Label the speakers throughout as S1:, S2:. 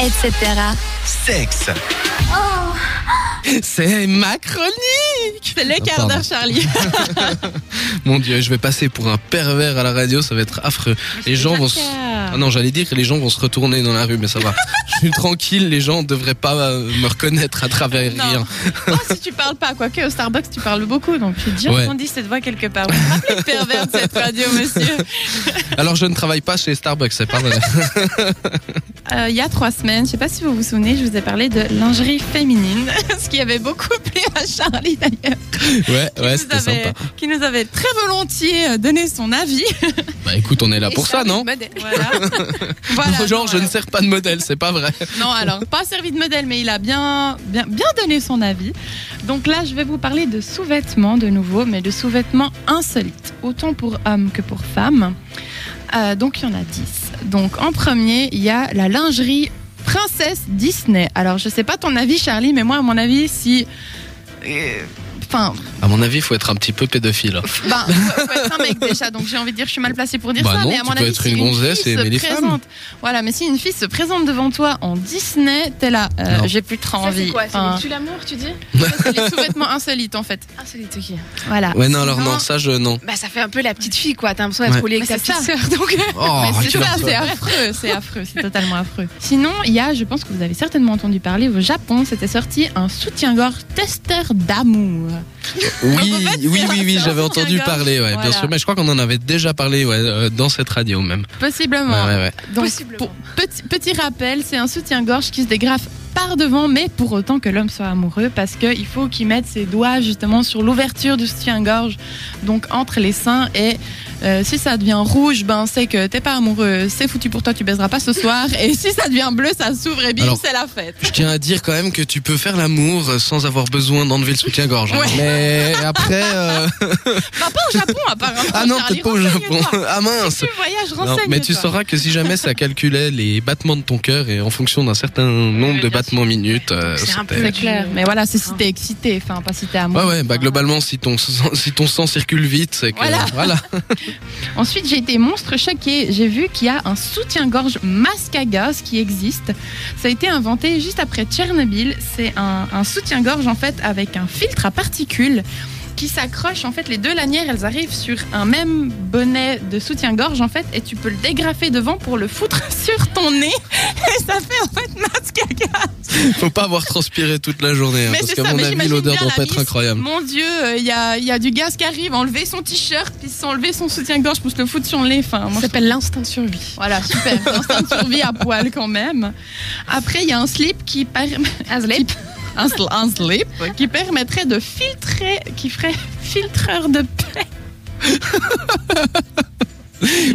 S1: etc.
S2: Ah,
S3: Sexe. C'est ma chronique
S4: C'est le quart
S3: pardon.
S4: d'heure, Charlie.
S3: Mon dieu, je vais passer pour un pervers à la radio, ça va être affreux. Les gens vont se... Ah non, j'allais dire que les gens vont se retourner dans la rue, mais ça va. je suis tranquille, les gens devraient pas euh, me reconnaître à travers
S4: Non.
S3: rien.
S4: Non, si tu parles pas, quoique au Starbucks tu parles beaucoup, donc j'ai déjà
S3: Ouais.
S4: entendu cette voix quelque part. Vous vous rappelez le pervers de cette radio, monsieur
S3: Alors je ne travaille pas chez Starbucks, c'est pas vrai.
S4: Euh, Il y a trois semaines, je sais pas si vous vous souvenez, je vous ai parlé de lingerie féminine, ce qui avait beaucoup plu à Charlie d'ailleurs,
S3: Ouais,
S4: qui,
S3: ouais,
S4: nous
S3: c'était
S4: avait-
S3: sympa.
S4: qui nous avait très volontiers euh, donné son avis.
S3: Bah écoute, on est là
S4: Et
S3: pour ça,
S4: servi de
S3: non
S4: modèle. Voilà. Voilà,
S3: Genre,
S4: non,
S3: je ne
S4: alors.
S3: sers pas de modèle, c'est pas vrai.
S4: Non, alors, pas servi de modèle, mais il a bien, bien, bien donné son avis. Donc là, je vais vous parler de sous-vêtements de nouveau, mais de sous-vêtements insolites, autant pour hommes que pour femmes. Euh, donc il y en a 10. Donc en premier, il y a la lingerie princesse Disney. Alors je sais pas ton avis, Charlie, mais moi, à mon avis, si. euh, Enfin,
S3: À mon avis, il faut être un petit peu pédophile.
S4: ben, faut, faut être un mec déjà, donc j'ai envie de dire, je suis mal placée pour dire
S3: Bah
S4: ça.
S3: non,
S4: mais à
S3: tu
S4: mon
S3: peux
S4: avis,
S3: être
S4: si
S3: une gonzesse
S4: fille
S3: et
S4: se
S3: aimer les femmes.
S4: présente, Voilà, mais si une fille se présente devant toi en Disney, t'es là, euh,
S3: Non.
S4: j'ai plus trop
S2: Ça,
S4: envie.
S2: c'est quoi
S4: Enfin,
S2: C'est tu l'amour, tu dis
S4: ça, c'est les sous-vêtements insolites en fait.
S2: Ah, c'est des trucs.
S4: Voilà.
S3: Ouais, non, alors
S4: Sinon-
S3: non, ça, je. Non.
S2: Bah, ça fait un peu la petite fille, quoi. T'as l'impression d'être
S3: Ouais.
S2: roulée avec
S4: Mais
S2: ta
S4: c'est
S2: petite sœur, donc.
S3: Oh,
S4: Mais c'est
S3: quel
S4: ça,
S3: enfer.
S4: c'est affreux, c'est affreux, c'est totalement affreux. Sinon, il y a, je pense que vous avez certainement entendu parler, au Japon, c'était sorti un soutien-gorge tester d'amour.
S3: Oui, oui, oui,
S4: En fait, c'est un-
S3: oui,
S4: c'est un
S3: j'avais entendu
S4: soutien-gorge.
S3: parler, ouais,
S4: Voilà.
S3: bien sûr. Mais je crois qu'on en avait déjà parlé, ouais, euh, dans cette radio même. Ouais,
S4: Possiblement.
S3: ouais, ouais.
S4: Donc,
S2: Possiblement.
S4: pour- petit, petit rappel, c'est un soutien-gorge qui se dégrafe par devant, mais pour autant que l'homme soit amoureux, parce qu'il faut qu'il mette ses doigts justement sur l'ouverture du soutien-gorge, donc entre les seins. Et euh, si ça devient rouge, ben c'est que t'es pas amoureux, c'est foutu pour toi, tu baiseras pas ce soir. Et si ça devient bleu, ça s'ouvre et bim,
S3: Alors-
S4: c'est la fête.
S3: Je tiens à dire quand même que tu peux faire l'amour sans avoir besoin d'enlever le soutien-gorge. hein.
S4: Ouais.
S3: Mais après. euh,
S4: Bah, pas au Japon, apparemment.
S3: Ah non,
S4: Charlie,
S3: peut-être pas au Japon.
S4: renseigne-toi.
S3: Ah mince
S4: Tu voyages,
S3: Non,
S4: renseigne
S3: mais tu sauras que si jamais ça calculait les battements de ton cœur et en fonction d'un certain nombre de
S2: bien
S3: battements
S2: sûr.
S3: minutes,
S2: Ouais, donc
S3: euh,
S2: c'est un
S3: c'était-
S2: peu
S4: C'est clair, mais voilà, c'est si t'es excité, enfin pas si t'es amoureux.
S3: Ouais, ouais, bah globalement, si ton, sang- si ton sang circule vite, c'est que.
S4: Voilà.
S3: voilà.
S4: Ensuite, j'ai été monstre choquée. J'ai vu qu'il y a un soutien-gorge masque à gaz qui existe. Ça a été inventé juste après Tchernobyl. C'est un, un soutien-gorge en fait avec un filtre à particules qui s'accroche. En fait, les deux lanières, elles arrivent sur un même bonnet de soutien-gorge en fait, et tu peux le dégrafer devant pour le foutre sur ton nez. Et ça fait en fait masque à gaz.
S3: Faut pas avoir transpiré toute la journée, hein,
S4: Mais
S3: parce
S4: c'est
S3: qu'à
S4: ça,
S3: mon
S4: mais
S3: avis,
S4: j'imagine
S3: l'odeur
S4: bien
S3: doit
S4: la
S3: pas être
S4: miss.
S3: incroyable.
S4: Mon Dieu, euh, il y, a, y a du gaz qui arrive, enlever son t-shirt, puis s'enlever son soutien-gorge, puis se le foutre sur le nez. Enfin, moi, je
S2: Ça s'appelle l'instinct de survie.
S4: Voilà, super. Instinct de survie à poil quand même. Après, il y a un slip qui permet. Un slip un, sl- un slip qui permettrait de filtrer, qui ferait filtreur de paix.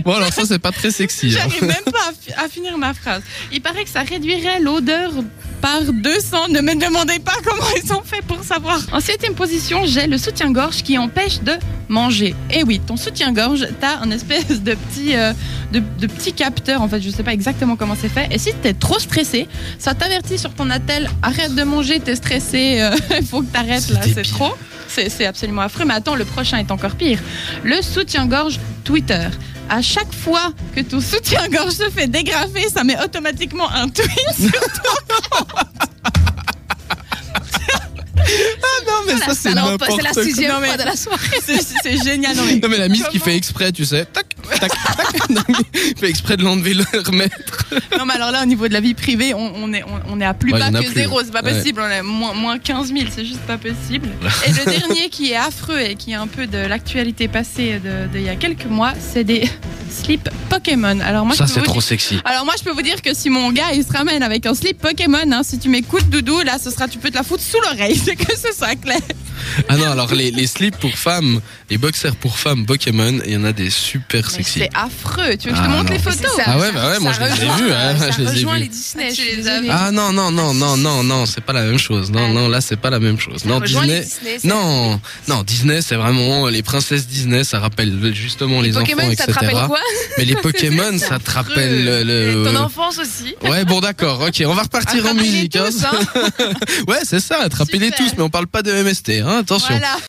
S3: Bon, alors ça, c'est pas très sexy. hein.
S4: J'arrive même pas à fi- à, finir ma phrase. Il paraît que ça réduirait l'odeur par 200. Ne me demandez pas comment ils ont fait pour savoir. En septième position, j'ai le soutien-gorge qui empêche de manger. Et oui, ton soutien-gorge, t'as un espèce de petit, euh, de, de petit capteur. En fait, je sais pas exactement comment c'est fait. Et si t'es trop stressé, ça t'avertit sur ton attel. Arrête de manger, t'es stressé. euh, Il faut que t'arrêtes
S3: C'est
S4: là, c'est
S3: débile.
S4: trop. C'est c'est absolument affreux. Mais attends, le prochain est encore pire. Le soutien-gorge Twitter. À chaque fois que ton soutien-gorge se fait dégrafer, ça met automatiquement un tweet sur
S3: Non, mais ça, c'est
S2: Alors, c'est la
S3: n'importe quoi.
S2: sixième
S4: Non, mais-
S2: fois de la soirée.
S4: C'est- C'est c'est génial. Non, mais
S3: Non mais la mise qui
S4: Comment
S3: fait exprès, tu sais, tac, tac, tac, Non, mais il fait exprès de l'enlever, le remettre.
S4: Non, mais alors là, au niveau de la vie privée, on, on est, on, on est à plus
S3: Ouais,
S4: bas
S3: il y en a
S4: que
S3: plus.
S4: zéro. C'est pas
S3: Ouais.
S4: possible. On est à moins, moins 15 000. C'est juste pas possible. Et le dernier qui est affreux et qui est un peu de l'actualité passée de- d'il y a quelques mois, c'est des slips Pokémon. Alors moi, je
S3: ça
S4: peux
S3: c'est
S4: vous
S3: trop sexy.
S4: Alors moi je peux vous dire que si mon gars il se ramène avec un slip Pokémon, hein, si tu m'écoutes Doudou, là ce sera tu peux te la foutre sous l'oreille, c'est que ce soit clair.
S3: Ah non, alors les, les slips pour femmes, les boxers pour femmes Pokémon, il y en a des super
S4: Mais
S3: sexy.
S4: C'est affreux, tu veux que je
S3: Ah,
S4: te montre
S3: non.
S4: les
S2: C'est
S4: photos
S2: ça,
S3: Ah ouais,
S2: ça-
S3: bah ouais, moi,
S2: ça
S3: je les ai
S2: rejoint,
S3: vus,
S2: euh,
S3: hein,
S2: ça
S3: je les ai
S2: rejoint
S3: vus.
S2: les Disney.
S4: Ah,
S2: je
S4: tu
S2: suis
S4: les
S2: désolée.
S4: avais.
S3: Ah non non non non non non, c'est pas la même chose. Non non, là c'est pas la même chose. Non,
S2: Ça rejoint les
S3: Disney
S2: Ah. Disney. c'est-
S3: Non, non, Disney, c'est vraiment les princesses Disney, ça rappelle justement les, enfants,
S2: Pokémon, ça
S3: etc.
S2: te rappelle quoi
S3: Mais les Pokémon, ça te rappelle le. le-
S2: Ton enfance aussi.
S3: Ouais, bon, d'accord, ok, on va repartir en
S2: Attrapez-les
S3: musique. hein.
S2: tous, hein.
S3: Ouais, c'est ça, attrapez-les
S4: Super.
S3: tous, mais on parle pas de MST, hein, attention.
S4: Voilà.